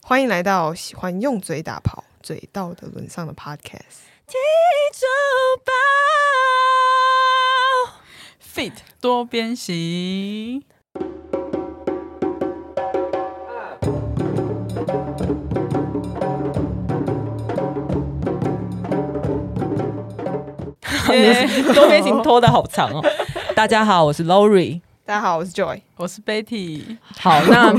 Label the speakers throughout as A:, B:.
A: 欢迎来到喜欢用嘴打炮、嘴到的沦丧的 Podcast。
B: fit 多边形。
C: 多边形拖的好长哦。 大家好，我是 Lori。
A: 大家好，我是 Joy。
B: 我是 Betty，
C: 好， 那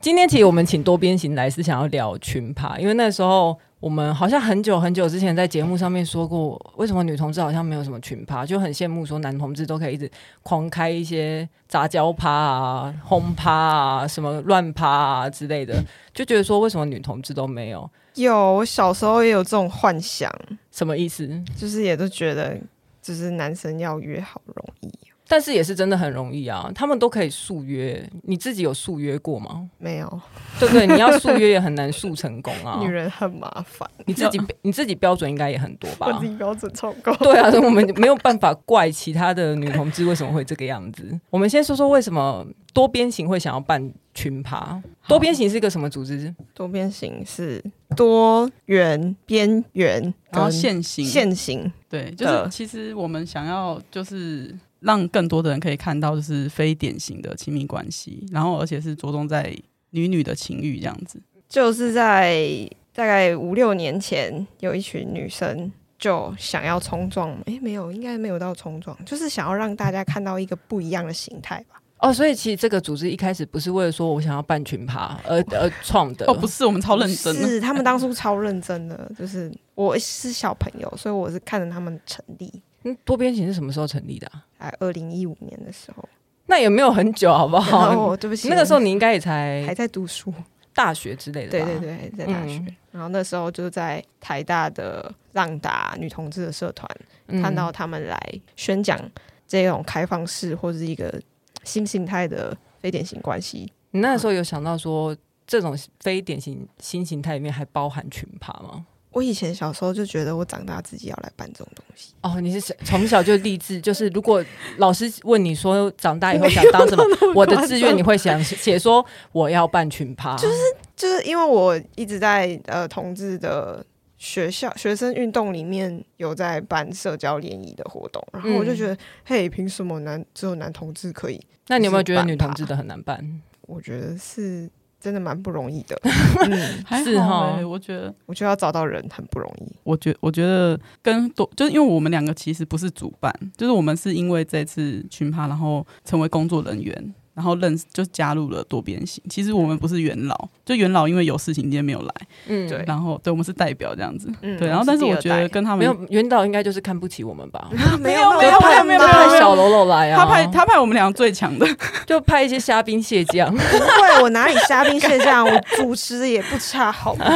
C: 今天其实我们请多边形来是想要聊群爬，因为那时候我们好像很久很久之前在节目上面说过，为什么女同志好像没有什么群爬，就很羡慕说男同志都可以一直狂开一些杂交趴啊、轰趴啊、什么乱趴啊之类的，就觉得说为什么女同志都没有，
A: 有，我小时候也有这种幻想，
C: 什么意思？
A: 就是也都觉得，就是男生要约好容易，
C: 但是也是真的很容易啊，他们都可以速约，你自己有速约过吗？
A: 没有，
C: 对不对？你要速约也很难速成功啊。
A: 女人很麻烦，
C: 你自己你自己标准应该也很多吧
A: 我？ 自己标准超高。
C: 对啊，我们没有办法怪其他的女同志为什么会这个样子。我们先说说为什么多边形会想要办群爬？多边形是一个什么组织？
A: 多边形是多元边缘，
B: 然后线形，
A: 线形，
B: 对，就是其实我们想要就是让更多的人可以看到，就是非典型的亲密关系，然后而且是着重在女女的情欲这样子。
A: 就是在大概五六年前，有一群女生就想要冲撞，诶，没有，应该没有到冲撞，就是想要让大家看到一个不一样的形态吧。
C: 哦，所以其实这个组织一开始不是为了说我想要办群爬而而创的
B: 哦，不是，我们超认真
C: 哦
B: 的，
A: 是他们当初超认真的，就是我是小朋友，所以我是看着他们成立，
C: 嗯多边形是什么时候成立的啊、
A: 哎，二零一五年的时候，
C: 那也没有很久，好不
A: 然后
C: 好？
A: 我对不起，
C: 哦那个时候
A: 我
C: 你应该也
A: 哦还
C: 才
A: 在读书，
C: 大学之类的
A: 对
C: 吧？
A: 对对，还在大学。
C: 嗯
A: 然后那时候就是在台大的浪达女同志的社团，
C: 嗯
A: 看到他们来宣讲这种开放式或是一个新形态的非典型关系。
C: 你那时候有想到说，这种非典型新形态里面还包含群爬吗？
A: 我以前小时候就觉得我长大自己要来办这种东西，
C: 哦，你是小 从小就立志，就是如果老师问你说长大以后想当什么，我的志愿你会想写说我要办群趴，就是
A: 就是因为我一直在呃同志的学校学生运动里面有在办社交联谊的活动，然后我就觉得，嘿，凭什么男只有男同志可以？
C: 那你有没有觉得
A: 就是
C: 女
A: 办趴
C: 同志的很难办？
A: 我觉得是真的蛮不容易的，嗯，
B: 还
C: 是
B: 好
C: 齁
B: 欸我觉得，
A: 我觉得要找到人很不容易。
B: 我觉我觉得跟多就是因为我们两个其实不是主办，就是我们是因为这次群趴，然后成为工作人员，然后认识就加入了多边形。其实我们不是元老，就元老因为有事情今天没有来，
C: 嗯，
A: 对
B: 然后对我们是代表这样子，
A: 嗯
B: 对。然后但是我觉得跟他们
C: 没有元导应该就是看不起我们吧。
A: 啊没有
B: 没有
C: 就派
B: 没有
C: 就
B: 没有
C: 派
B: 没有
C: 小喽啰来啊！
B: 他派他派我们俩最强的，
C: 就派一些虾兵蟹将，
A: 不会，我哪里虾兵蟹将，我主持的也不差，好吗？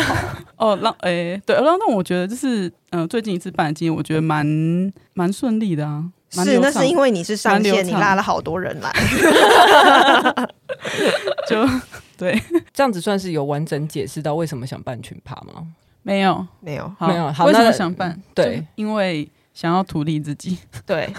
B: 哦，让诶、对，然后但我觉得就是嗯、呃最近一次办的经验，我觉得蛮蛮顺利的啊，蛮
A: 是，
B: 流
A: 那
B: 畅
A: 是因为你是上
B: 蛮流
A: 线，
B: 畅
A: 你拉了好多人来。
B: 就对
C: 这样子算是有完整解释到为什么想办群趴吗？
B: 没有
A: 没有，
B: 好
C: 没有好
B: 为什
C: 那
B: 么想办？
C: 对
B: 就因为想要图利自己，
A: 对，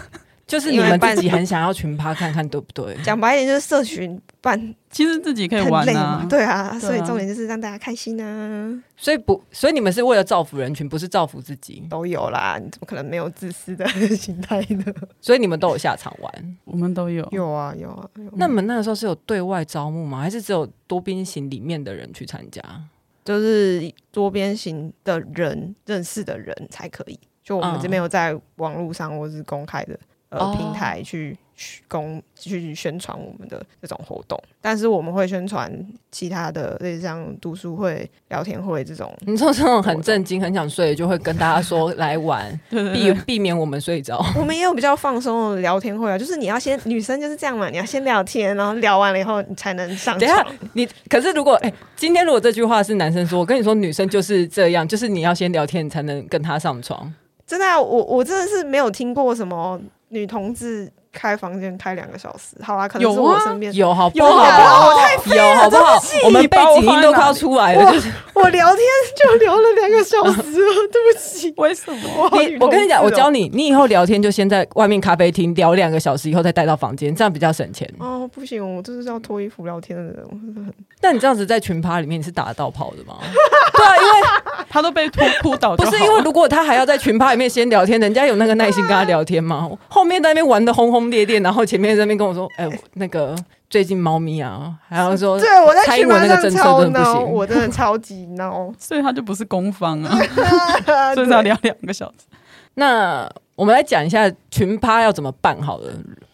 C: 就是你们自己很想要群趴看看对不对？
A: 讲白一点就是社群办
B: 其实自己可以
A: 很
B: 玩
A: 累嘛
B: 啊，，
A: 对啊，
B: 对啊
A: 所以重点就是让大家开心啊，
C: 所以不，所以你们是为了造福人群，不是造福自己，
A: 都有啦，你怎么可能没有自私的 心态呢？
C: 所以你们都有下场玩。
A: 嗯
B: 我们都有。
A: 有啊，有啊，
C: 那你们那个时候是有对外招募吗？还是只有多边形里面的人去参加？
A: 就是多边形的人认识的人才可以，就我们
C: 嗯
A: 这边有在网络上或是公开的呃
C: 哦
A: 平台去。去公去宣传我们的这种活动，但是我们会宣传其他的，类似像读书会、聊天会这种
C: 你说这种很震惊、很想睡，就会跟大家说来 玩，
B: 对对
C: 避
B: 对，
C: 避免我们睡着。
A: 我们也有比较放松的聊天会啊，就是你要先女生就是这样嘛，你要先聊天，然后聊完了以后你才能上
C: 等一下
A: 床。，
C: 你可是如果哎、今天如果这句话是男生说，我跟你说，女生就是这样，就是你要先聊天，你才能跟她上床。
A: 真的啊、我我真的是没有听过什么女同志开房间开两个小时，好啦，可能
B: 有
A: 是我
B: 啊
A: 身边
C: 有好不
A: 有好啊不好
C: 好？有好不好？我们背景音都快要出来了，
A: 哇
C: 就是
A: 我聊天就聊了两个小时了，对不 起，
B: 为什么？
A: 我好
C: 你
A: 女
C: 我跟你讲，我
A: 同志
C: 教
A: 哦
C: 你，你以后聊天就先在外面咖啡厅聊两个小时，以后再带到房间，这样比较省钱。
A: 哦，不行，我就是要脱衣服聊天的人，我真的很
C: 但你这样子在群趴里面，你是打得到炮的吗？对啊，因为
B: 他都被突 扑倒
C: 不
B: 就好了，
C: 是因为如果他还要在群趴里面先聊天，人家有那个耐心跟他聊天吗？后面在那边玩的轰轰烈烈，然后前面在那边跟我说：“哎、我那个最近猫咪啊，还要说
A: 对我在
C: 蔡
A: 群
C: 英文
A: 发
C: 那个
A: 上
C: 政策
A: 超
C: 真的不
A: 孬，
C: 行
A: 我真的超级孬，
B: 所以他就不是攻 方啊，所以
A: 对
B: 他聊两个小时。
C: 那我们来讲一下群趴要怎么办好了，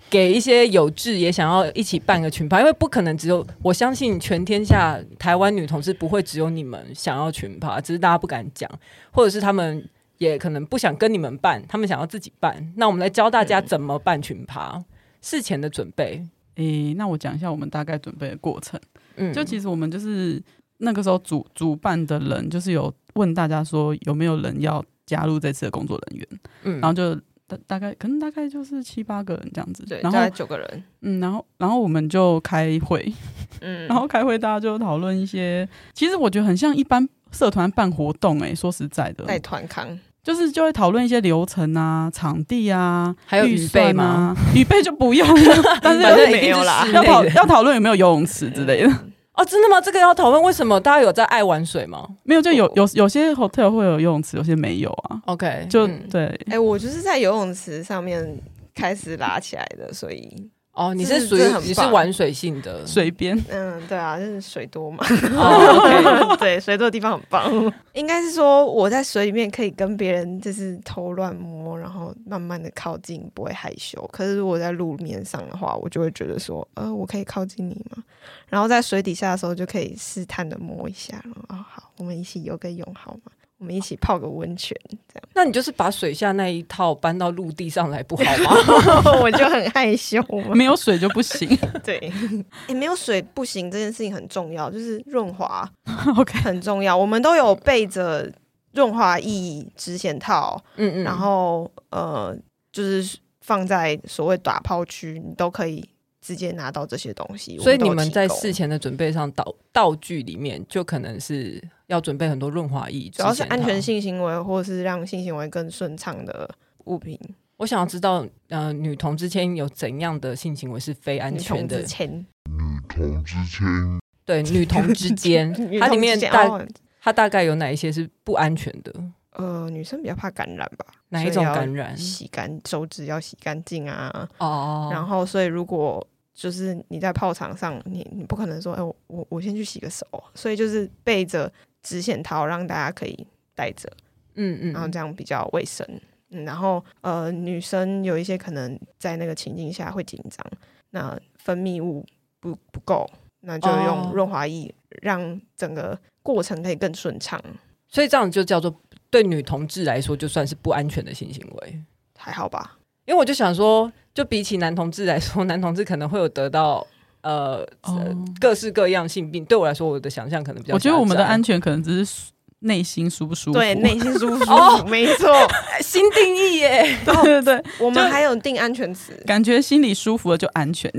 C: 给一些有志也想要一起办个群趴，因为不可能只有我相信全天下台湾女同志不会只有你们想要群趴，只是大家不敢讲，或者是他们也可能不想跟你们办，他们想要自己办。那我们来教大家怎么办群趴，事前的准备。
B: 诶、那我讲一下我们大概准备的过程。
C: 嗯
B: 就其实我们就是那个时候主主办的人，就是有问大家说有没有人要加入这次的工作人员，
C: 嗯
B: 然后就大大概可能大概就是七八个人这样子。
A: 对，
B: 然
A: 大概
B: 后
A: 九个人，
B: 嗯，然后然后我们就开会，
A: 嗯，
B: 然后开会大家就讨论一些，其实我觉得很像一般社团办活动、诶，说实在的，
A: 带团康，
B: 就是就会讨论一些流程啊、场地啊、
C: 还有
B: 预
C: 预备
B: 算
C: 吗
B: 啊，预备就 不用了，但是
C: 反正
B: 要
C: 一定
A: 没有啦
C: 是室
B: 要
C: 内
B: 讨
C: 的
B: 要讨论有没有游泳池之类的，
A: 嗯
C: 哦，真的吗？这个要讨论为什么大家有在爱玩水吗
B: 没有就
C: 哦
B: 有有有些 hotel 会有游泳池，有些没有啊，
C: ？OK，
B: 就、
C: 嗯
B: 对。
A: 哎、我就是在游泳池上面开始拉起来的，所以
C: 哦，你
A: 这
C: 是属于
A: 这很
C: 你是
A: 棒
C: 玩水性的，
B: 水边，
A: 嗯，对啊，就是水多嘛，
C: 哦 ，OK
A: 对，水多的地方很 棒。应该是说我在水里面可以跟别人就是偷乱摸，然后慢慢的靠近，不会害羞。可是如果在路面上的话，我就会觉得说，呃，我可以靠近你吗？然后在水底下的时候，就可以试探的摸一下，然后啊、好，我们一起游个泳好吗？我们一起泡个温 泉，
C: 那你就是把水下那一套搬到陆地上来不好 吗？
A: 我就很害羞 嘛。
B: 没有水就 不行。
A: 对，哎、没有水不行，这件事情很重要，就是润滑
B: OK，
A: 很重要。我们都有备着润滑液、止血套，
C: 嗯嗯
A: 然后呃，就是放在所谓打泡区，你都可以直接拿到这些东西。
C: 所以
A: 我
C: 你
A: 都有
C: 们
A: 提
C: 在
A: 供
C: 事，前的准备上道道具里面，就可能是要准备很多润滑液，
A: 主要是
C: 止血
A: 安
C: 套
A: 全。性行为，或是让性行为更顺畅的物品。
C: 我想要知道，呃，女同之间有怎样的性行为是非安
A: 你
C: 全
A: 从
C: 的
A: 之？前，
D: 同之间
C: 对，女同之间
A: 女，
C: 它里
A: 同
C: 面
A: 之前
C: 大
A: 哦
C: 它大概有哪一些是不安全的？
A: 呃，女生比较怕感染吧？
C: 哪一
A: 所以
C: 种
A: 要
C: 感染？
A: 洗干手指要洗干净啊，
C: 哦，
A: 然后，所以如果就是你在泡场上，你你不可能说，哎、我我我先去洗个手，啊所以就是备着止显套，让大家可以带着，
C: 嗯嗯，
A: 然后这样比较卫生。嗯，然后呃，女生有一些可能在那个情境下会紧张，那分泌物不不够，那就
C: 哦
A: 用润滑液让整个过程可以更顺畅，
C: 所以这样就叫做对女同志来说，就算是不安全的性行为。
A: 还好吧？
C: 因为我就想说，就比起男同志来说， 男同志可能会有得到呃、呃
B: 哦
C: 各式各样性病。对我来说，我的想象可能比较
B: 我觉得我们的安
C: 狭
B: 全可能只是舒内心舒不舒服。
A: 对，内心舒服
C: 哦
A: 没 错。
C: 窄新定义耶！
B: 对对对，
A: 我
B: 就
A: 们还有定安全词，
B: 感觉心里舒服了就安全。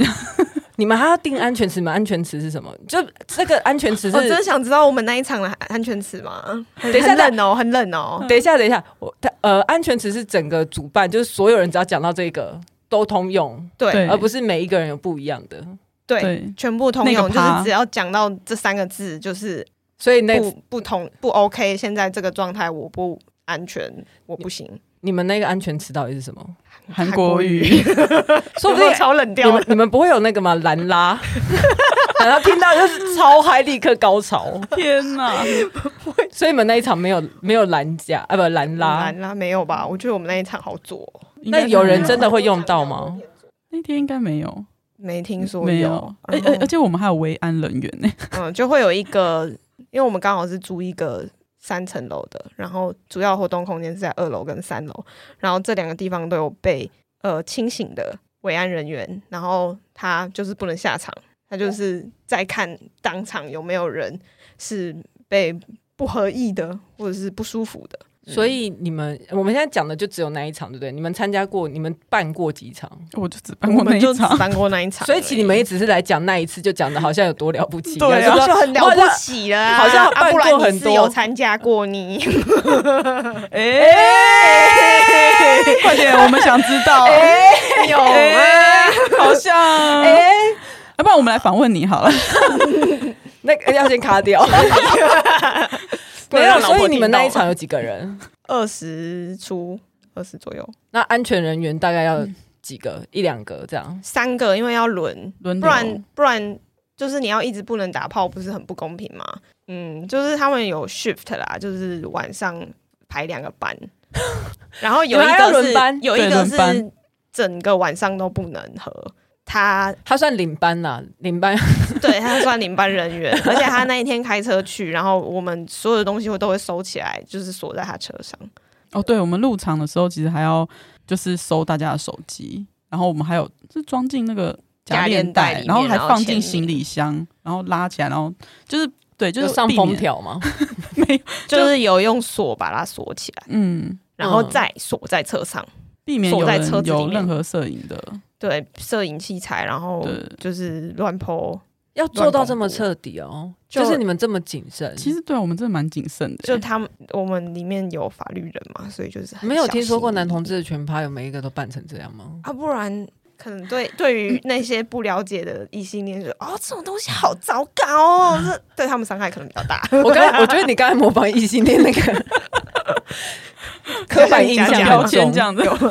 C: 你们还要定安全词吗？安全词是什么？就这个安全词 是、
A: 我真的想知道我们那一场的安全词吗？很
C: 等一下嗯
A: 很冷哦，很冷哦。
C: 等一下，等一下，我它呃，安全词是整个主办，就是所有人只要讲到这个都通用，
A: 对
B: 对
C: 而不是每一个人有不一样的。
A: 对，
B: 对，
A: 全部通用，
B: 那个
A: 就
B: 趴
A: 是只要讲到这三个字，就是
C: 所以那
A: 不不同不 OK。现在这个状态我不安全，我不行。
C: 你们那个安全词到底是什么？
B: 韩国语，
C: 说
A: 有没
C: 不定
A: 有超冷
C: 你
A: 掉
C: 们。你们不会有那个吗？兰拉，然后听到就是超嗨，立刻高潮。
B: 天 哪！
C: 所以你们那一场没有没有蓝甲啊，不蓝拉
A: 啦，啦，没有吧？我觉得我们那一场好做哦，
B: 应该是
C: 那有人
B: 没
C: 真的会用到吗？
B: 那天应该没有，
A: 没听说
B: 没
A: 有嗯
B: 有。。哎而
A: 然
B: 而
A: 后
B: 而且我们还有维安人员呢。
A: 嗯，就会有一个，因为我们刚好是租一个三层楼的，然后主要活动空间是在二楼跟三楼，然后这两个地方都有被呃清醒的维安人员，然后他就是不能下场，他就是在看当场有没有人是被不合意的或者是不舒服的，
C: 所以你们我们现在讲的就只有那一场，对不对？你们参加过，你们办过几场？
B: 我就只办
A: 我
B: 过那
A: 们就
B: 一
A: 只
B: 场，
A: 办过那一场而已，
C: 所以其实你们也只是来讲那一次，就讲的好像有多了不起一样，
B: 对
C: 就
B: 啊
A: 这
C: 说
A: 就很了
C: 哇
A: 不
C: 那
A: 起了啊，
C: 好像
A: 啊不
C: 办过
A: 然
C: 很
A: 你是
C: 多
A: 有参加过你，
B: 哎，快点，我们想知道，
A: 有啊
B: 哎好像，
C: 哎、
B: 要不然我们来访问你好了。
C: 那个要先卡掉。
A: 不
C: 没
A: 然让
C: 有，
A: 老
C: 所
A: 婆
C: 以你们
A: 听到
C: 那一场有几个人？
A: 二十出二十左右，
C: 那安全人员大概要几个？一两个这样。
A: 三个，因为要轮，
B: 轮
C: 哦
A: 不
B: 流
A: 然不然就是你要一直不能打炮，不是很不公平吗？嗯，就是他们有 shift 啦，就是晚上排两个 班，然后有一
C: 原来要
A: 个
C: 轮
A: 是
C: 班
A: 有一
B: 对
A: 个
B: 轮班
A: 是整个晚上都不能喝，他
C: 他算领班啦，领班
A: 对他算领班人 员，而且他那一天开车去，然后我们所有的东西我都会收起来，就是锁在他车上。
B: 哦，对，我们入场的时候其实还要就是收大家的手机，然后我们还有是装进那个
A: 夹链
B: 链
A: 袋里面
B: 然后还
A: 然后
B: 放
A: 签
B: 进
A: 名
B: 行李箱，然后拉起来，然后就是对，就
C: 就是上
B: 避
C: 封
B: 免，
C: 条嘛。
A: 就是有用锁把它锁起来，
B: 嗯，
A: 然后
C: 嗯
A: 再锁在车上。
B: 避免有
A: 锁在车
B: 人
A: 子里
B: 有
A: 面嗯
B: 任何摄影的，
A: 对，摄影器材，然后
B: 对
A: 就是乱剖，
C: 要做到这么彻底哦，
A: 就
C: 就是你们这么谨慎。
B: 其实对啊我们真的蛮谨慎的
A: 就
B: 欸，
A: 他们我们里面有法律人嘛，所以就是很
C: 没有
A: 小
C: 听说过
A: 心翼翼
C: 男同志的全趴有每一个都办成这样吗？
A: 啊，不然可能对对于那些不了解的异性恋，就哦这种东西好糟糕哦，这对他们伤害可能比 较大。
C: 我刚才我觉得你刚才模仿异性恋那个刻板印
A: 这
C: 象
A: 样
B: 标
C: 好
B: 签
C: 重
B: 这。样子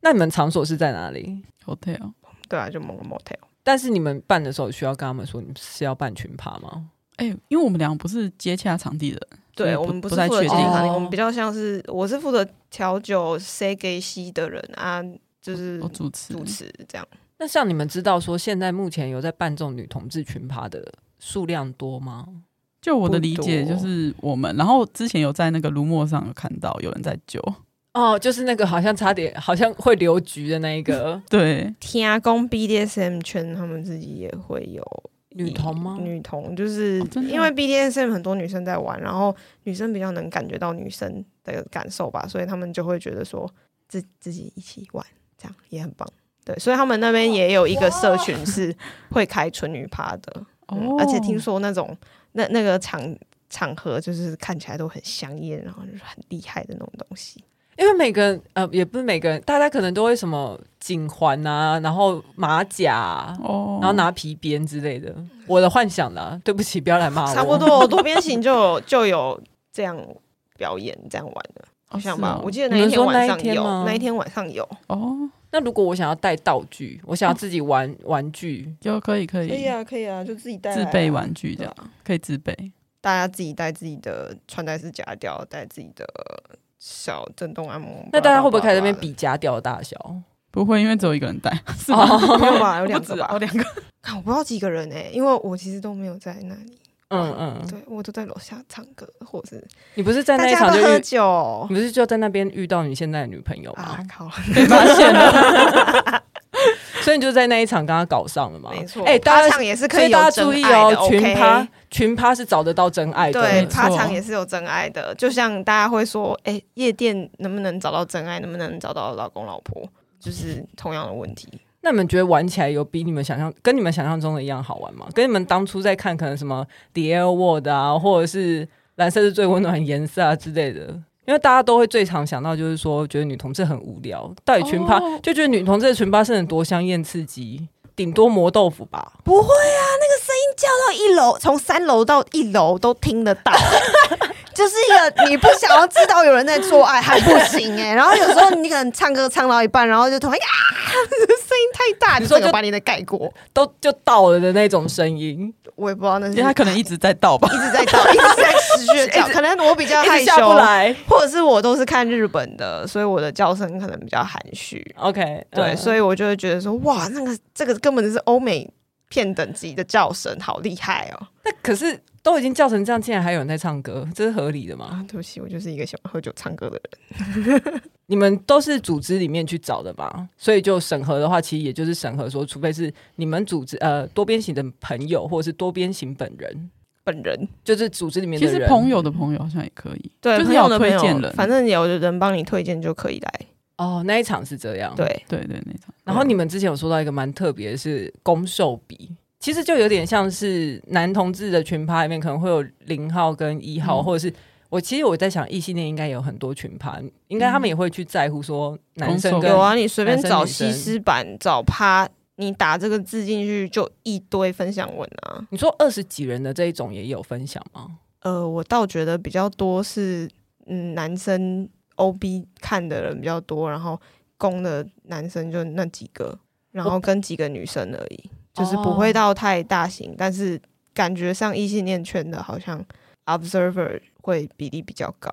C: 那你们场所是在哪里？
B: ，hotel
A: 对啊，就某个 motel，
C: 但是你们办的时候需要跟他们说你们是要办群趴吗？
B: 哎、因为我们俩不是接洽场地的人，所以
A: 对我们
B: 嗯不
A: 是
B: 太
A: 负责
B: 确
A: 经
B: 定。
A: 营场地，
C: 哦
A: 我们比较像是我是负责调酒、塞给西的人啊，就是
C: 哦
B: 我主持，
A: 主持这样。
C: 那像你们知道说现在目前有在办这种女同志群趴的数量多吗？
B: 就我的
A: 不
B: 理解
A: 多
B: 就是我们，然后之前有在那个卢墨上有看到有人在救，
C: 哦，就是那个好像差点好像会留局的那 一个
B: 对，
A: 天宫 BDSM 圈他们自己也会有
C: 女同吗？
A: 女童，就是
B: 哦真的啊
A: 因为 BDSM 很多女生在玩，然后女生比较能感觉到女生的感受吧，所以他们就会觉得说自自己一起玩，这样也很棒。对，所以他们那边也有一个社群是会开纯女趴的，嗯
B: 哦，
A: 而且听说那种那那个场场合就是看起来都很香艳，然后就是很厉害的那种东西。
C: 因为每个人呃，也不是每个人，大家可能都会什么颈环啊，然后马甲啊、
B: 哦，
C: 然后拿皮鞭之类的。我的幻想啦、对不起，不要来骂啊我。
A: 差不，多多边形就有就有这样表演这样玩的，
B: 哦
A: 好像
B: 是
A: 吧？
B: 哦
A: 我记得
C: 你
A: 那
C: 们
A: 一天
C: 说那
A: 晚
C: 一
A: 上
C: 天
A: 有，
C: 吗
A: 那一天晚上有。
B: 哦，
C: 那如果我想要带道具，我想要自己玩、玩
A: 嗯
C: 具，
B: 就可以可以，
A: 可以啊，可以啊，就自己带、
B: 自备，玩具这样、可以自备。
A: 大家自己带自己的穿戴式夹吊，带自己的小震动按摩。
C: 那大家会不会
A: 巴拉巴拉
C: 开始在那边
A: 巴拉
C: 比夹掉的大小？
B: 不会，因为只有一 个人带，是吗？
C: 哦
A: 的？没有吧，有两
B: 不止
A: 个吧
B: 哦，。两个。
A: 看我不知道几个人哎、因为我其实都没有在那里，
C: 嗯嗯，
A: 对我都在楼下唱歌，或者是
C: 你不是在
A: 大
C: 那一
A: 家
C: 场
A: 都
C: 就
A: 喝
C: 遇，嗯
A: 酒
C: 你不是就在那边遇到你现在的女朋友吗
A: 啊？，靠，
C: 被发现了， 所以你就在那一场跟他搞上了嘛？
A: 没错，
C: 哎、大
A: 趴
C: 家
A: 场也是
C: 所
A: 可
C: 以
A: 有
C: 大家
A: 真
C: 注意
A: 爱的
C: 哦，群趴、
A: OK
C: 群趴是找得到真爱的，
A: 对，
B: 没
A: 趴
B: 错
A: 场也是有真爱的，就像大家会说，哎、夜店能不能找到真爱，能不能找到老公老婆，就是同样的问题。
C: 那你们觉得玩起来有比你们想象跟你们想象中的一样好玩吗？跟你们当初在看可能什么《The Air World》啊，或者是《蓝色是最温暖的颜色》啊之类的。因为大家都会最常想到就是说，觉得女同志很无聊，到底群趴、
B: 哦
C: 就觉得女同志的群趴是能多香艳刺激，顶多磨豆腐吧。
A: 不会啊，那个声音叫到一楼，从三楼到一楼都听得到。 就是一个你不想要知道有人在做爱还不行哎、然后有时候你可能唱歌唱到一半，然后就突然呀，声音太大，
C: 你
A: 你
C: 说
A: 说
C: 就
A: 就把你的盖过，
C: 都就到了的那种声音，
A: 我也不知道那是
B: 因为他可能一直在倒吧。
A: 一直在叫，一直在持 续的叫，可能我比较
C: 一
A: 害
C: 直
A: 羞，
C: 下不来。
A: 或者是我都是看日本的，所以我的叫声可能比较含蓄。
C: OK，
A: 对，
C: 嗯
A: 所以我就会觉得说，哇，那个这个根本是欧美片等级的叫声，好厉害哦！
C: 那可是都已经叫成这样，竟然还有人在唱歌，这是合理的吗？
A: 啊，对不起，我就是一个喜欢喝酒唱歌的人。
C: 你们都是组织里面去找的吧？所以就审核的话，其实也就是审核说，除非是你们组织呃多边形的朋友，或者是多边形本人。
A: 本人，
C: 就是组织里面的
B: 其
C: 人。
B: 实朋友的朋友好像也可以，
A: 对，
B: 就是
A: 朋友
B: 要
A: 的朋
B: 推
A: 友
B: 荐人，
A: 反正有人帮你推荐就可以来。
C: 哦，那一场是这样。，
A: 对，
B: 对对那种，
C: 然后你们之前有说到一个蛮特别，的是攻受比。其实就有点像是男同志的群趴里面可能会有零号跟一号，
B: 嗯
C: 或者是我其实我在想异性恋应该有很多群趴，应该他们也会去在乎说男生
B: 攻受
C: 跟
B: 比
A: 有啊，你随便
C: 男生
A: 找
C: 女
A: 西
C: 生
A: 施版，找趴，你打这个字进去就一堆分享文啊。
C: 你说二十几人的这一种也有分享吗？
A: 呃，我倒觉得比较多是，嗯，男生 OB 看的人比较多，然后攻的男生就那几个，然
C: 哦
A: 后跟几个女生而已，就是不会到太大型，但是感觉上异性恋圈的好像 observer 会比例比较高，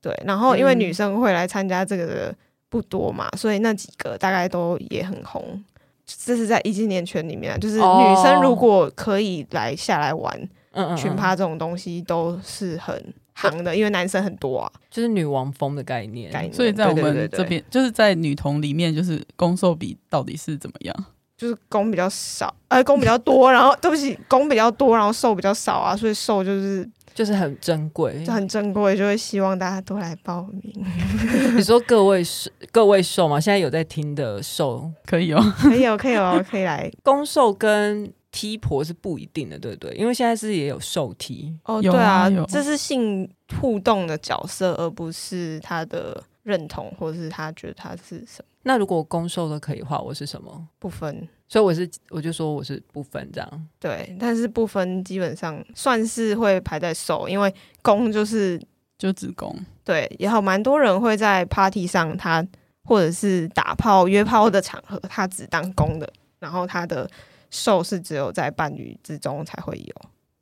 A: 对，然后因为
C: 嗯
A: 女生会来参加这个的不多嘛，所以那几个大概都也很红。这是在异性恋圈里面啊、就是女生如
C: 哦
A: 果可以来下来玩，
C: 嗯嗯嗯，
A: 群趴这种东西都是很行的，因为男生很多啊，
C: 就是女王风的概念。
A: 概念。
B: 嗯所以在我
A: 对
B: 们这，
A: 对对对
B: 边就是在女同里面，就是攻受比到底是怎么样？
A: 就是攻比较少，呃，攻比较多，然后对不起，攻比较多，然后瘦比较少啊，所以瘦就是
C: 就是很珍贵，
A: 就很珍贵，就会希望大家多来报名。
C: 你说各位瘦各位瘦嘛，现在有在听的瘦
B: 可以哦，
A: 可以哦，可以哦，可以来
C: 公瘦跟 T 婆是不一定的，对不对？因为现在是也有瘦 T，
A: 哦，
B: 有
A: 对
B: 啊
A: 啊
B: 有，
A: 这是性互动的角色，而不是他的认同或是他觉得他是什么
C: 那如果公瘦的可以的话，我是什么？
A: 不分。
C: 所以我是我就说我是不分这样，
A: 对，但是不分基本上算是会排在瘦，因为攻就是
B: 就子宫。
A: 对，也好，蛮多人会在 party 上他，或者是打炮、约炮的场合，他只当公的，然后他的受是只有在伴侣之中才会有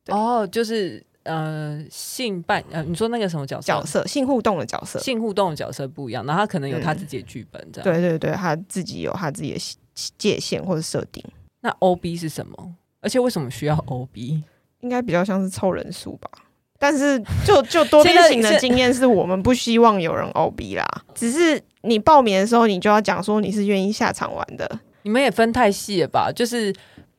A: 对
C: 哦，就是呃性伴呃，你说那个什么角色？
A: 角色，性互动的角色。
C: 性互动的角色不一样，然后他可能有
A: 嗯
C: 他自己的剧本这样。，
A: 对对对，他自己有他自己的界界限或者设定，
C: 那 OB 是什么？而且为什么需要 OB？
A: 应该比较像是凑人数吧。但是就就多边形
C: 现在
A: 的
C: 是
A: 经验是我们不希望有人 OB 啦，只是你报名的时候，你就要讲说你是愿意下场玩的，
C: 你们也分太细了吧？就是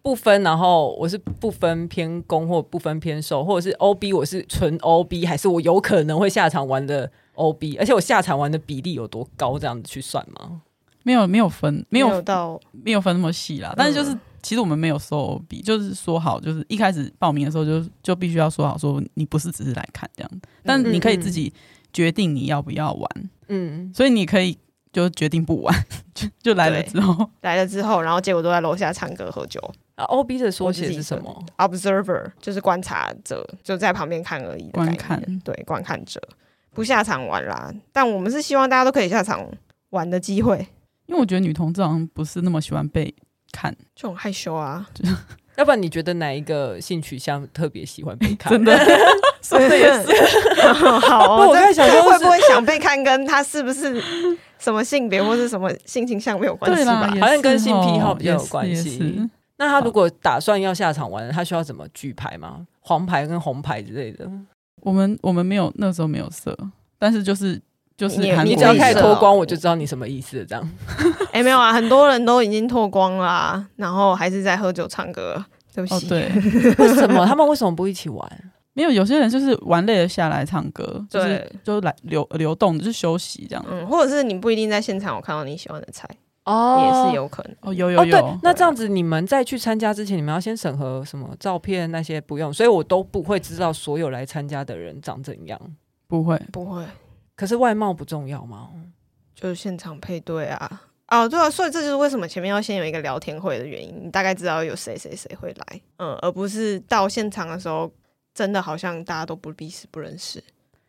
C: 不分，然后我是不分偏攻或不分偏受，或者是 OB，我是纯 OB，还是我有可能会下场玩的 OB？而且我下场玩的比例有多高？这样子去算吗？
B: 没有没有分，没有
A: 到嗯
B: 没有分那么细啦，但是就是、其实我们没有收 OB，就是说好，就是一开始报名的时候就就必须要说好，说你不是只是来看这样，但
A: 嗯
B: 你可以自己决定你要不要玩，
C: 嗯，
B: 所以你可以就决定不玩， 就就来了
A: 对
B: 之后，
A: 来了之后，然后结果都在楼下唱歌喝酒，
C: 啊，OB 的缩写是什么？
A: observer 就是观察者，就在旁边看而已的概念。
B: 观看
A: 对观看者不下场玩啦，但我们是希望大家都可以下场玩的机会，
B: 因为我觉得女同志好像不是那么喜欢被看，
A: 就很害羞 啊。
C: 要不然你觉得哪一个性取向特别喜欢被看？
B: 真的，说的也是，
A: 好哦、
C: 不我
A: 这
C: 在想说
A: 他会
C: 是
A: 不会想被看，跟他是不是什么性别或是什么性倾向没有关系
B: 对啦
A: 吧，？
B: 也
C: 好像
B: 是
C: 跟性
B: 吼
C: 癖好比较
B: 也
C: 有
B: 是
C: 关
B: 也
C: 系
B: 是
C: 那他如果打算要下场玩，他需要怎么举牌吗？黄牌跟红牌之类的，
B: 我们我们没有那时候没有色，但是就是就是啊
A: 你也
B: 韩
C: 你
B: 国
C: 只要
A: 意思
C: 开始
A: 哦
C: 脱光，我就知道你什么意思了。这样，
A: 哎、没有啊，很多人都已经脱光啦、然后还是在喝酒唱歌，对不
B: 哦
A: 起。
B: 对，
C: 为什 么他们为什么不一起玩？
B: 没有有些人就是玩累了下来唱歌， 就是
A: 对
B: 就是来流流动，就是休息这样。
A: 嗯，或者是你不一定在现场有看到你喜欢的菜，
C: 哦
A: 也是有可能。
B: 哦，有
C: 哦，
B: 有有，
C: 对，那这样子你们在去参加之前，你们要先审核什么照片那些不用，所以我都不会知道所有来参加的人长怎样。
B: 不会，
A: 不会，
C: 可是外貌不重要吗？
B: 嗯
A: 就是现场配对啊。哦，对啊，所以这就是为什么前面要先有一个聊天会的原因，你大概知道有谁谁谁会来，嗯，而不是到现场的时候，真的好像大家都不彼此不认识，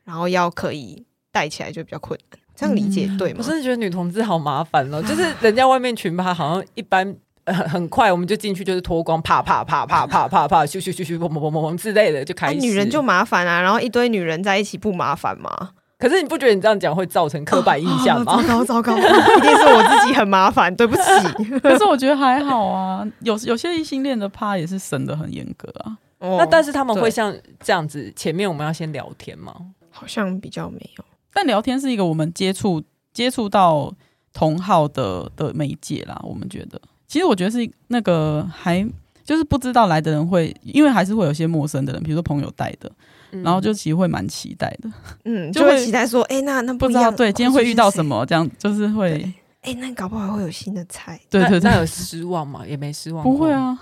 A: 然后要可以带起来就比较困难，这样理解、
B: 嗯
A: 对吗啊
C: 我？真的觉得女同志好麻烦哦，就是人家外面群吧，好像一般。呃很很快，我们就进去，就是脱光，啪啪啪啪啪啪啪，咻咻咻咻，砰砰砰砰砰之类的就
A: 啊
C: 开始。
A: 女人就麻烦啊，然后一堆女人在一起不麻烦 吗？
C: 可是你不觉得你这样讲会造成刻板印象
B: 哦
C: 吗？
A: 啊 糟糕，糟糕，一定是我自己很麻烦，对不 起。
B: 可是我觉得还好啊。有有些异性恋的趴也是审的很严格啊，
A: 哦
C: 那但是他们会
A: 对
C: 像这样子，前面我们要先聊天吗？
A: 好像比较没有，
B: 但聊天是一个我们接触接触到同号的的媒介啦，我们觉得。其实我觉得是那个还就是不知道来的人会，因为还是会有些陌生的人，比如说朋友带的，
C: 嗯
B: 然后就其实会蛮期待的，
A: 嗯，
B: 就
A: 就会
B: 会
A: 期待说，哎、那那
B: 不
A: 一
B: 知道
A: 样
B: 对今天会遇到什，
A: 哦
B: 么，这样就是会
A: 对这是谁哎、那搞不好会有新的菜。
B: 对对
C: 那那
B: 对，
C: 有失望吗？也没失望，
B: 不会。啊，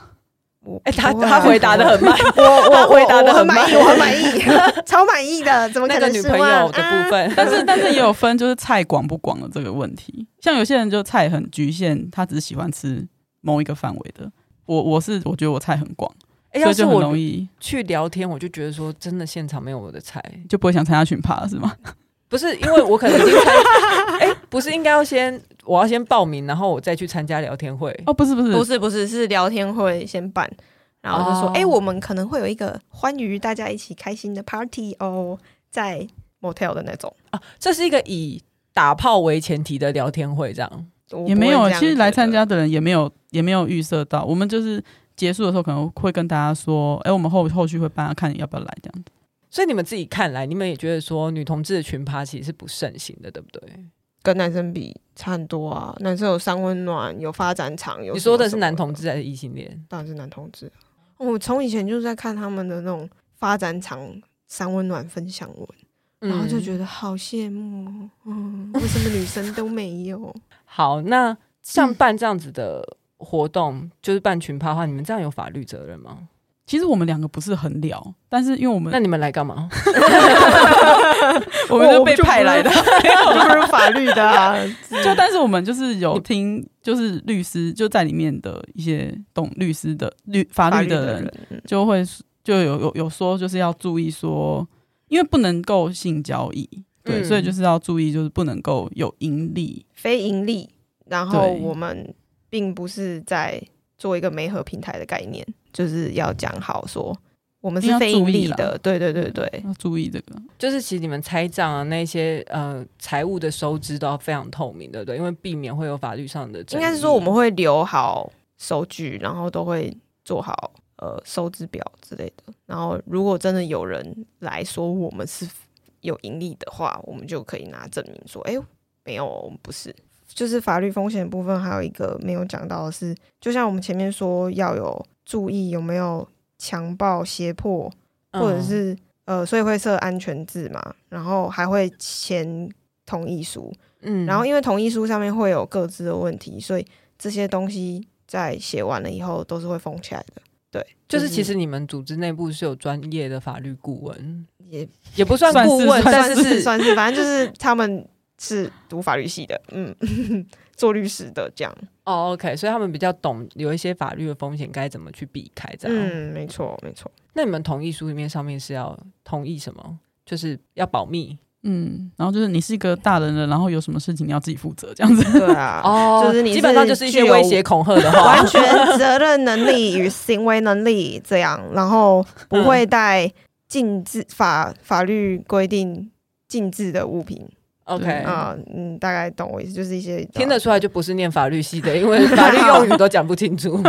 A: 我
C: 哎，他
A: 不会啊
C: 他回答的很慢，
A: 我我
C: 他
A: 我
C: 回答
A: 我
C: 得
A: 很
C: 很
A: 满
C: 慢
A: 意， 我很满意， 超满意的，怎么
C: 那
A: 可
C: 个
A: 能
C: 女
A: 失
C: 朋
A: 望
C: 友的
A: 啊
C: 部分，
B: 但是但是也有分就是菜广不广的这个问题，像有些人就菜很局限，他只喜欢吃某一个范围的。我我是我觉得我菜很广，
C: 哎
B: 所
C: 要
B: 以
C: 是
B: 就很
C: 我
B: 容易
C: 去聊天，我就觉得说，真的现场没有我的菜，
B: 就不会想参加群趴了，是吗？
C: 不是因为我可能已经参， 哎，不是应该要先我要先报名，然后我再去参加聊天会。
B: 哦，不是不是，
A: 不是不是，是聊天会先办，然后就说
C: 嗯哦：“
A: 哎、我们可能会有一个欢愉大家一起开心的 party 哦，在 motel 的那种。
C: 啊这是一个以打炮为前提的聊天会，这样。
A: 我不会
B: 也没
A: 这
B: 有，
A: 样
B: 其实来
A: 觉
B: 参
A: 得
B: 加的人也没有也没有预设到，我们就是结束的时候可能会跟大家说，哎、我们后后续会帮他看你要不要来这样子。
C: 所以你们自己看来，你们也觉得说女同志的群趴其实是不盛行的，对不对？
A: 跟男生比差很多啊，男生有三温暖，有发展场，有
C: 你
A: 什
C: 说
A: 么
C: 的
A: 什
C: 是
A: 么
C: 男同志还是异性恋？
A: 当然是男同志。啊我从以前就是在看他们的那种发展场三温暖分享文，然
B: 嗯
A: 后就
C: 得
A: 觉得好羡慕哦，嗯，为什么女生都没有？
C: 好。那像办这样子的活动，就是办群趴的话，你们这样有法律责任吗？
B: 其实我们两个不是很聊，但是因为我们
C: 那你们来干嘛？
B: 我们就被派来的，
A: 我们不是法律的啊、
B: 就但是我们就是有听，就是律师就在里面的一些懂律师的律法
A: 法
B: 律
A: 律
B: 的
A: 的
B: 人
A: 人，嗯
B: 就会就有有有说就是要注意说，因为不能够性交易，对，
C: 嗯
B: 所以就是要注意就是不能够有盈利。
A: 非盈利，然后
B: 对
A: 我们并不是在做一个媒合平台的概念，就是要讲好说我们是非盈利
B: 要注意嗯
A: 的，对对对对，
B: 要注意这个，
C: 就是其实你们拆账啊，那些呃财务的收支都要非常透明，对不对？因为避免会有法律上的争
A: 应
C: 议。
A: 该是说我们会留好收据，然后都会做好呃收支表之类的，然后如果真的有人来说我们是有盈利的话，我们就可以拿证明说，哎、没有，我们不是。就是法律风险部分，还有一个没有讲到的是，就像我们前面说要有注意有没有强暴、胁迫，
C: 嗯
A: 或者是呃，所以会设安全字嘛，然后还会签同意书，
C: 嗯
A: 然后因为同意书上面会有各自的问题，所以这些东西在写完了以后都是会封起来的。对，
C: 就是其实你们组织内部是有专业的法律顾问，
A: 也
C: 也不算
B: 算是
C: 顾问，
B: 算
C: 但
A: 算
C: 是
A: 是
C: 是
A: 算是，反正就是他们是读法律系的，嗯， 做律师的这样。
C: 哦，OK，所以他们比较懂有一些法律的风险该怎么去避开这样。
A: 嗯，没错，没 错。
C: 那你们同意书里面上面是要同意什么？就是要保密
B: 嗯，然后就是你是一个大人了，然后有什么事情你要自己负责，这样子。
A: 对啊，
C: 哦
A: 就是你
C: 基本上就是一些威
A: 具有
C: 胁恐吓的话
A: 完，全责任能力与行为能力这样，然后
C: 嗯
A: 不会带禁止法法律规定禁止的物品
C: OK，、
B: 对
A: 啊、嗯，大概懂我意思，就是一些
C: 听得出来就不是念法律系的，因为法律用语都讲不清楚，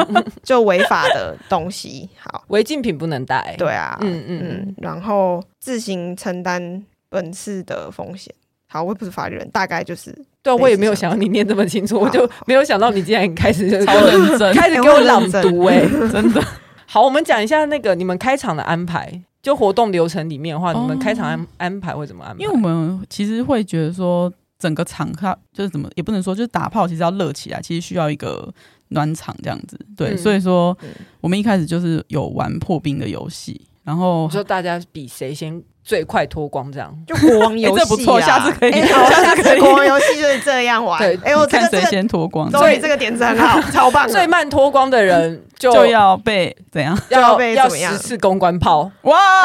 A: 就违法的东西。好，
C: 违禁品不能带。
A: 对啊，嗯
C: 嗯嗯
A: 嗯，然后自行承担本次的风险。好，我也不是法律人，大概 就是
B: 哎
C: 对啊，
A: 类似
C: 我也没有想到你念这么清楚，我就没有想到你竟然开始就
B: 超认 真，
C: 开始给我朗读哎、
B: 真的。
C: 好，我们讲一下那个你们开场的安排，就活动流程里面的话，
B: 哦
C: 你们开场安安排会怎么安排？
B: 因为我们其实会觉得说，整个场它就是怎么也不能说，就是打炮其实要热起来，其实需要一个暖场这样子。对，
C: 嗯
B: 所以说
A: 嗯
B: 我们一开始就是有玩破冰的游戏，然后
C: 我说大家比谁先最快脱光这样。
A: 就国王游戏、啊
B: 哎这不错下次可以
A: 哎好 下次国王游戏就是这样玩。
C: 对
A: 哎、我这
B: 看
A: 个
B: 谁
A: 这个，
B: 先脱光，
A: 终于这个点子很 好，超
B: 啊
A: 棒的。
C: 最慢脱光的人就
B: 就要被怎样？
A: 就要被
C: 要
A: 怎么样
C: 十次公关炮，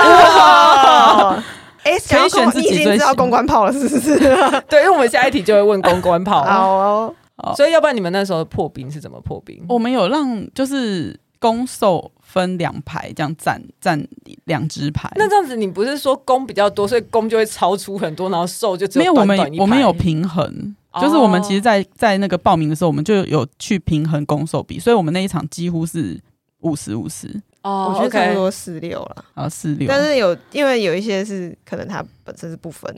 B: 哇！
A: 哎，想要公
B: 可以选自
A: 你
B: 己
A: 已经知道公关炮了，是不是？
C: 对，因为我们下一题就会问公关 炮，
A: 哦，
B: 好
C: 所以要不然你们那时候破冰是怎么破冰？
B: 我们有让就是攻受分两排，这样站站两只牌。
C: 那这样子你不是说攻比较多，所以攻就会超出很多，然后受就只
B: 没有，
C: 有
B: 我
C: 短
B: 们
C: 短一
B: 我们
C: 排
B: 有平衡，
C: 哦
B: 就是我们其实在，在那个报名的时候，我们就有去平衡攻守比，所以我们那一场几乎是五十五十
A: 我
C: 哦
A: 觉得差不
C: ，OK，
A: 多十六了，
B: 啊四六，
A: 但是有因为有一些是可能它本身是不分，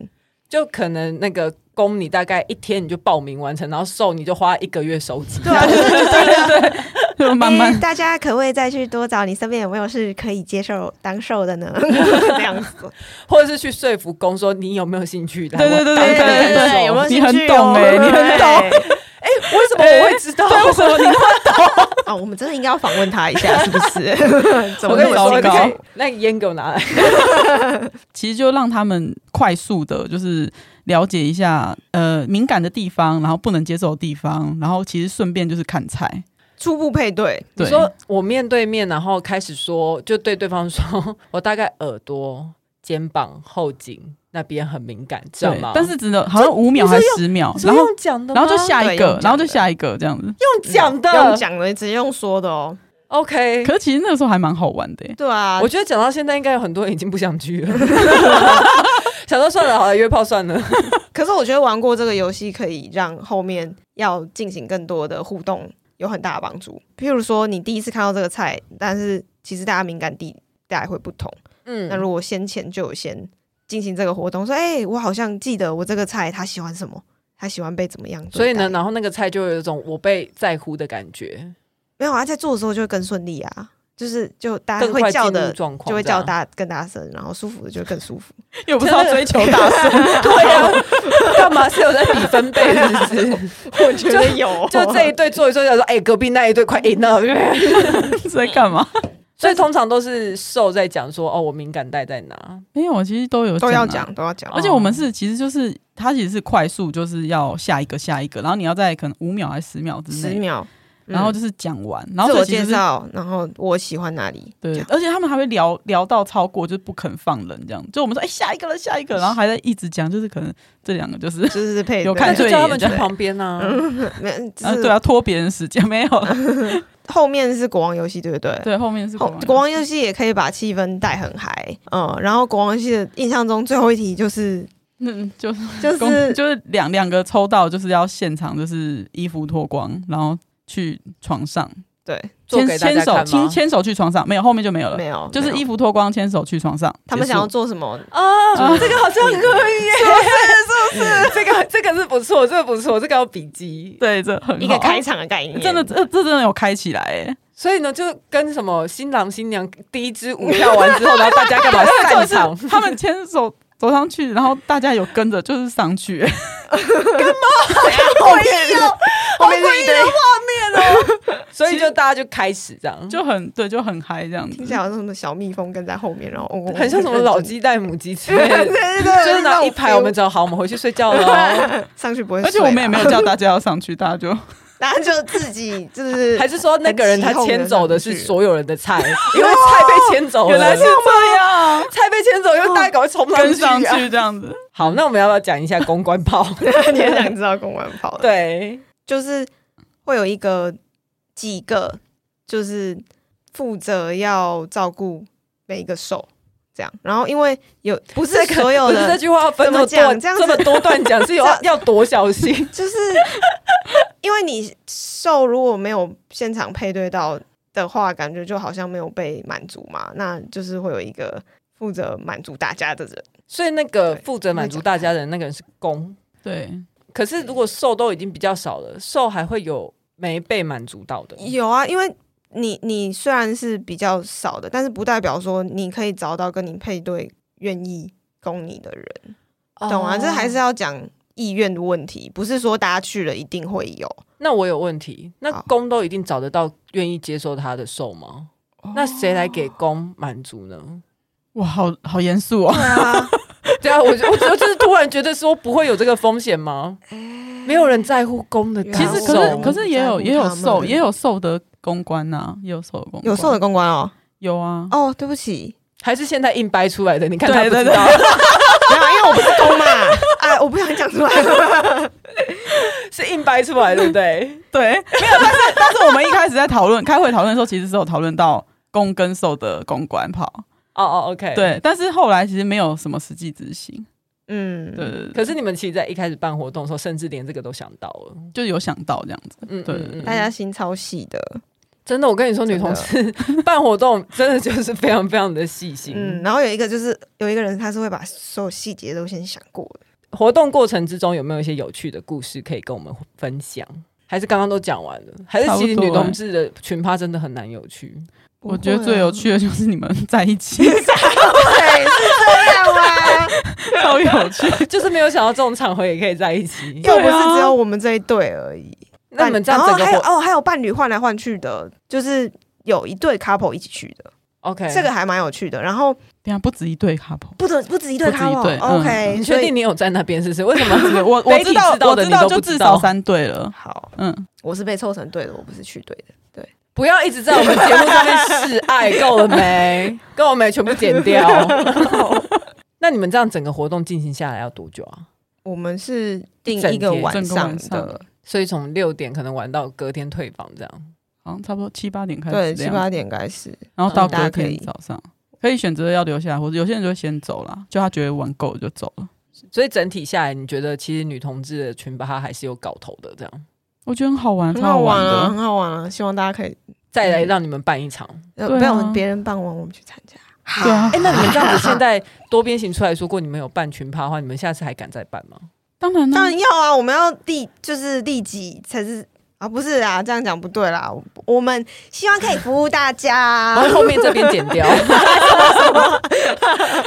C: 就可能那个工你大概一天你就报名完成，然后瘦你就花一个月收集。
A: 对啊，就是
B: 就慢慢
A: 哎大家可不可以再去多找你身边有没有是可以接受当受 的呢？这样子，
C: 或者是去说服工说你有没有兴趣来
B: 对
C: 我
B: 对对
C: 当
B: 对
C: 个
B: 对
C: 人
B: 对
C: 手
A: 有没有
B: 你
A: 兴趣哦？
B: 很懂
C: 欸
B: 哎你很懂
A: 对
C: 哎、 为什么我会知道？
B: 对，为什么你
A: 啊！我们真的应该要访问他一下， 是不是？怎么那
C: 我跟你
A: 么
B: 糟
C: 说，你
B: 糕
C: 可以那个烟给我拿来。
B: 其实就让他们快速的，就是了解一下呃敏感的地方，然后不能接受的地方，然后其实顺便就是看菜。
A: 初步配对？
C: 你
B: 对，
C: 说我面对面，然后开始说，就对对方说， 我大概耳朵、肩膀、后颈那边很敏感，知道
B: 对
C: 吗？，
B: 但是只能好像五秒还是十秒，
C: 是
B: 然后
C: 用讲的吗，
B: 然后就下一
A: 对用讲
B: 个
A: 的，
B: 然后就下一个这样子。
C: 用讲的，
A: 用讲的，直接用说的哦。
C: OK。
B: 可是其实那个时候还蛮好玩的耶，欸
A: 对啊
C: 我，觉得讲到现在，应该有很多人已经不想聚了。 想说算了，好了，约炮算了。
A: 可是我觉得玩过这个游戏，可以让后面要进行更多的互动有很大的帮助。譬如说，你第一次看到这个菜，但是其实大家敏感地带会不同。
C: 嗯
A: 那如果先前就有先进行这个活动，说，哎、我好像记得我这个菜他喜欢什么，他喜欢被怎么样，
C: 所以呢，，然后那个菜就有一种我被在乎的感觉，
A: 没有啊，在做的时候就会更顺利啊，就是就大家
C: 更
A: 啊会
C: 快进
A: 叫
C: 入
A: 的。
C: 状况，
A: 就会
C: 这样
A: 叫大更大声，然后舒服的就更舒 服。
B: 又不是要追求 大师，
C: 对啊，干嘛是有在比分贝 是不是？
A: 我觉得
B: 啊
A: 有哦，
C: 就这一对做一做，想说哎、隔壁那一对快赢了。
B: 是在干嘛？
C: 所以通常都是瘦在讲说哦，我敏感带在哪？
B: 没有，其实都 有
A: 都要
B: 啊
A: 讲，都要讲。哦
B: 而且我们是，其实就是它其实是快速，就是要下一个下一个，然后你要在可能五秒还是十秒之
A: 十
B: 内，
A: 秒，
B: 然后
A: 嗯
B: 就是讲完，然后
A: 自
B: 所以
A: 我
B: 其
A: 介
B: 实是
A: 绍，然后我喜欢哪里，这
B: 对，
A: 样
B: 而且他们还会聊聊到超过，就是不肯放人这样，就我们说哎、下一个了下一个，然后还在一直讲，就是可能这两个就是
A: 就是配
B: 有
A: 对
B: 看
C: 那就
B: 对
C: 叫他们去
B: 眼
C: 旁边啊。
A: 没有就
B: 啊
A: 是
B: 对啊拖别人时间没有了，
A: 后面是国王游戏，对不对？
B: 对后面是
A: 后
B: 国
A: 国
B: 王
A: 王游戏也可以把气氛带很嗨，嗯，然后国王游戏的印象中最后一题 就是
B: 嗯就是
A: 就是
B: 公就是两两个抽到就是要现场就是衣服脱光，然后去床上
A: 对，
C: 做
B: 牵
C: 给大
B: 牵
C: 家
B: 手
C: 看吗
B: 牵？牵手去床上没有后面就没有了
A: 没。有，
B: 就是
A: 没有
B: 衣服脱光，牵手去床上。
A: 他们
B: 结
A: 想
B: 束
A: 要做什么？
C: 啊，这个好像可以耶，是不是？是不是？这个这个是不错，这个不错，这个要笔记。
B: 对，这很
A: 一个
B: 好
A: 开场的概念，
B: 真的，这这真的有开起来哎。
C: 所以呢，就跟什么新郎新娘第一支舞跳完之后，然后大家干嘛散 场？
B: 他们牵手走上去，然后大家有跟着，就是上 去欸。
A: 后面 后面是一堆，
C: 所以就大家就开始这样，就
B: 就很对，就很嗨这样子
A: 听起。来好像什么小蜜蜂跟在后面，然后嗡嗡嗡
C: 很像什么老，鸡带母鸡之 类
A: 对
C: 的
A: 对。对，
C: 就是
A: 那
C: 拿
A: 种
C: 一排，我们
A: feel
C: 走，好，我们回去睡觉了哦。
A: 上去不会睡啦，啊
B: 而且我们也没有叫大家要上去，大家就
A: 大家就自己就是
C: 还是说那个人他牵走的是所有人的菜，因为菜被牵走了，
B: 原来是这样，
C: 菜被牵走，因为大家赶快冲
B: 跟
C: 上
B: 上
C: 去啊。
B: 去这 样子。
C: 好，那我们要不要讲一下公关炮？
A: 你很想知道公玩 跑的，
C: 对，
A: 就是会有一个几个，就是负责要照顾每一个兽这样。然后因为有不是所有
C: 不是这
A: 的，
C: 句话分
A: 怎
C: 么
A: 么
C: 多
A: 讲这样
C: 这
A: 子
C: 么多段讲，是有
A: 这样
C: 要多小心。
A: 就是因为你兽如果没有现场配对到的话，感觉就好像没有被满足嘛，那就是会有一个。负责满足大家的人，
C: 所以那个
A: 对
C: 负责满足大家的那个人是公，
B: 对，
C: 可是如果瘦都已经比较少了，瘦还会有没被满足到的。
A: 有啊，因为你你虽然是比较少的，但是不代表说你可以找到跟你配对愿意供你的人。懂啊，
C: 哦
A: 这还是要讲意愿的问题，不是说大家去了一定会有。
C: 那我有问题，那
A: 好
C: 公都一定找得到愿意接受他的瘦吗？那谁来给公满足呢？
B: 哇，好好严肃哦。
A: 对 啊，
C: 对啊，我就我就就是突然觉得说不会有这个风险吗？没有人在乎公的
A: 原
C: 感
B: 其
A: 来
C: 受，
B: 实
A: 我
B: 可是
A: 不
B: 可是也有
A: 哦在乎
B: 也有
A: 他们
B: 受也有受的公关呐，也有受的公关
A: 有瘦的公关哦。
B: 有啊。
C: 嗯
A: 哦，对不起，
C: 还是现在硬掰出来的，你看他
B: 对
C: 不知
B: 对
C: 道。
B: 对，
A: 没有，啊因为我不是公嘛。哎，我不想讲出 来。
C: 是硬掰出来，对不对？
B: 对，没有。但是但是我们一开始在讨论开会讨论的时候，其实是有讨论到公跟受的公关跑。
C: 哦哦，OK，。
B: 对，但是后来其实没有什么实际执行。
A: 嗯，
B: 对，对对，
C: 可是你们其实，在一开始办活动的时候，甚至连这个都想到了。
B: 就有想到这样子。
C: 嗯，
B: 对
C: 嗯嗯
A: 大家心超细的。
C: 真的，我跟你说，女
A: 真的嗯
C: 同事 办活动真的就是非常非常的细心。
A: 嗯，然后有一个就是有一个人，他是会把所有细节都先想过的。
C: 活动过程之中有没有一些有趣的故事可以跟我们分享？还是刚刚都讲完了？还是其实
B: 差不多
C: 女
B: 欸
C: 同志的群趴真的很难有趣？
B: 我觉
A: 啊
B: 得最有趣的就是你们在一起，
A: 对，是这样 啊。
B: 超有趣。
C: 就是没有想到这种场合也可以在 一起。
A: 又不是只有我们这一对而已。
C: 啊那你们这样
A: 然
C: 整
A: 后
C: 个
A: 还有
C: 活
A: 哦，还有伴侣换来换去的，就是有一对 couple 一起去的，
C: OK，
A: 这个还蛮有趣的。然后
B: 对啊，不止一对 couple。
A: 不止不止一对
B: 不止一
A: couple，OK，、
B: 对嗯
A: OK，
C: 你
A: 所
C: 确
A: 以
C: 定你有在那边是不是？为什么？
B: 对我我
C: 媒体
B: 知道
C: 知道
B: 我
C: 的
B: 知
C: 你都
B: 道
C: 不
B: 就
C: 知
B: 至
C: 道
B: 少三对了。
A: 好？
B: 嗯，
A: 我是被凑成对的，我不是去对的。
C: 不要一直在我们节目上面示爱，够了没？ 够了没？全部剪掉。 那你们这样整个活动进行下来要多久啊？
A: 我们是定
C: 整
A: 一个
C: 天
A: 晚
B: 整个
A: 上
B: 晚
A: 的，
C: 所以从六点可能玩到隔天退房这样。
B: 好像差不多七八点开始，
A: 对，七八，点开始。
B: 然后
A: 嗯
B: 到
A: 大家可
B: 隔
A: 以
B: 天早上。可以选择要留下来，或者有些人就会先走啦，就他觉得玩够了就走了。
C: 所以整体下来，你觉得其实女同志的群吧它还是有搞头的，这样
B: 我觉得很好玩，
A: 很
B: 超
A: 好玩
B: 玩
A: 啊，
B: 的。
A: 很好玩啊！希望大家可以，
C: 再来让你们办一场。
A: 呃
B: 对啊
A: 不要别人办完我们去参加。
B: 对啊
C: 哎、那你们这样子现在多边形出来说过你们有办群趴的话，你们下次还敢再办吗？
B: 当然
A: 当
B: 啦，
A: 然要啊，我们要立就是利己才是啊，不是啊，这样讲不对啦。我我们希望可以服务大
C: 然
B: 哦
A: 家。
C: 后后面这边剪 掉，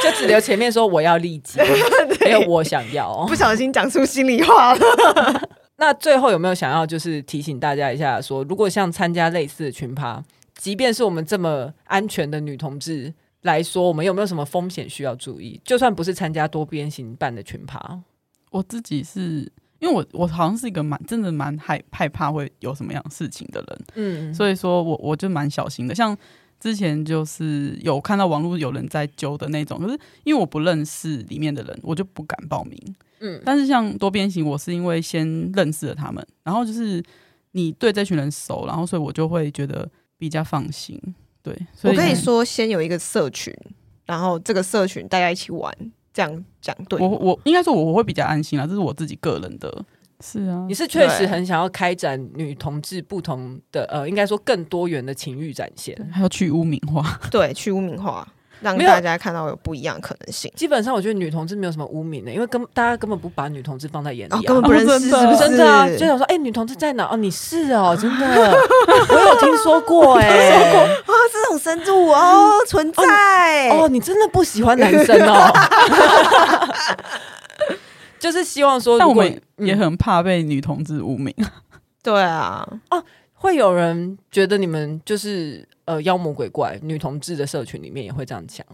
C: 就只留前面说我要利己，没
B: 哎
C: 有我想要
A: 不。小心讲出心里话了。
C: 那最后有没有想要就是提醒大家一下说如果像参加类似的群趴，即便是我们这么安全的女同志来说，我们有没有什么风险需要注意？就算不是参加多边形办的群趴，
B: 我自己是因为我我好像是一个蛮真的蛮害害怕会有什么样的事情的人，
C: 嗯，
B: 所以说我我就蛮小心的。像之前就是有看到网络有人在揪的那种，可是因为我不认识里面的人，我就不敢报名。
C: 嗯
B: 但是像多边形，我是因为先认识了他们，然后就是你对这群人熟，然后所以我就会觉得比较放心。对，所
A: 我
B: 以
A: 可以说，先有一个社群，然后这个社群大家一起玩，这样讲对
B: 我
A: 吗。
B: 我应该说我我会比较安心啦，这是我自己个人的。是啊，
C: 你是确实
A: 对
C: 很想要开展女同志不同的呃，应该说更多元的情欲展现。
B: 还要去污名化，
A: 对，去污名化，让
C: 没有
A: 大家看到有不一样的可能性。
C: 基本上，我觉得女同志没有什么污名的、因为根大家根本不把女同志放在眼里、啊
A: 哦，根本不认识，是
B: 哦真的
A: 不是？
C: 真的啊，就想说，哎、女同志在哪？哦，你是哦，真的，我有听说 过、哎，
A: 啊，这种深度哦存在
C: 嗯哦，你真的不喜欢男生 哦，就是希望说，
B: 但
C: 如
B: 我
C: 果
B: 们也
C: 嗯
B: 很怕被女同志污名。
A: 对啊，
C: 会有人觉得你们就是呃妖魔鬼怪，女同志的社群里面也会这样讲。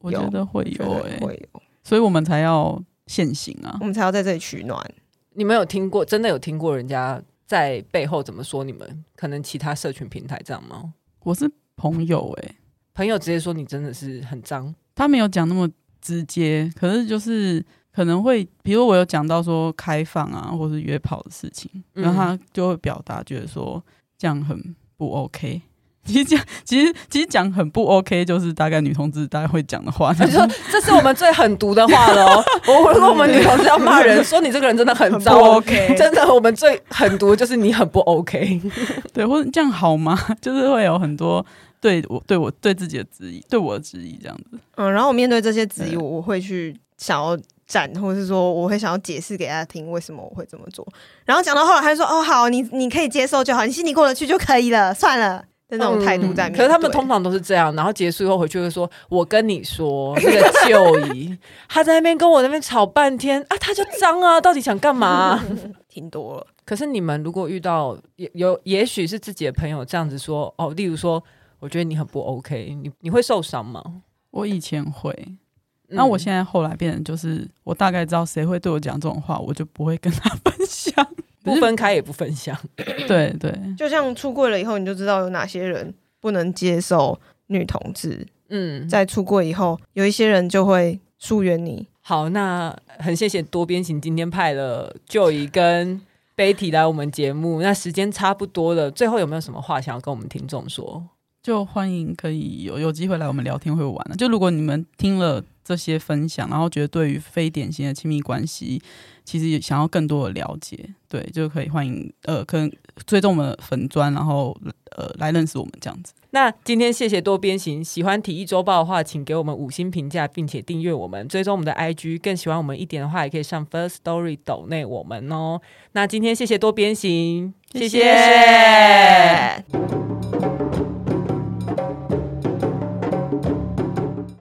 B: 我觉得会有
A: 觉得
B: 哎、
C: 欸
A: 会有，
B: 所以我们才要现行啊
A: 我。们才要在这里取暖。
C: 你们有听过，真的有听过人家在背后怎么说你们？可能其他社群平台这样吗？
B: 我是朋友哎、
C: 朋友直接说你真的是很脏，
B: 他没有讲那么直接，可是就是可能会，比如我有讲到说开放啊，或是约炮的事情，
C: 嗯
B: 然后他就会表达觉得说这样很不 OK。其 实讲，其实其实讲很不 OK，就是大概女同志大概会讲的话。
C: 他就说这是我们最狠毒的话了 哦。我如果我们女同事要骂人，说你这个人真的很糟
B: 很不
A: OK
C: 真的我们最狠毒的就是你很不 OK。
B: 对，或者这样好吗？ 就是会有很多对我对我对自己的质疑，对我的质疑这样子。
A: 嗯，然后我面对这些质疑，
B: 对
A: 我我会去想要站，或是说我会想要解释给大家听为什么我会这么做。然后讲到后来，他就说：“哦，好，你你可以接受就好，你心里过得去就可以了，算了。”的那种态
B: 嗯
A: 度在面对、
C: 嗯可是他们通常都是这样，然后结束以后回去会说：“我跟你说，那个舅姨， 他在那边跟我那边吵半天啊，他就脏啊，到底想干嘛、
A: 挺多了，
C: 可是你们如果遇到也有，也许是自己的朋友这样子说哦，例如说，我觉得你很不 OK，你你会受伤吗？
B: 我以前会，
C: 嗯
B: 那我现在后来变成就是，我大概知道谁会对我讲这种话，我就不会跟他分享。
C: 不分开也不分享，
B: 对对，
A: 就像出柜了以后，你就知道有哪些人不能接受女同志。
C: 嗯，
A: 在出柜以后，有一些人就会疏远你。
C: 好，那很谢谢多边形今天派了 Joy 跟 Betty 来我们节目，那时间差不多了，最后有没有什么话想要跟我们听众说？
B: 就欢迎可以有有机会来我们聊天会玩了、就如果你们听了这些分享，然后觉得对于非典型的亲密关系，其实也想要更多的了解，对，就可以欢迎呃，可能追踪我们的粉砖，然后呃来认识我们这样子。
C: 那今天谢谢多边形，喜欢体育周报的话，请给我们五星评价，并且订阅我们，追踪我们的 IG。更喜欢我们一点的话，也可以上 First Story 抖内我们哦。那今天谢谢多边形，
B: 谢谢
A: 谢谢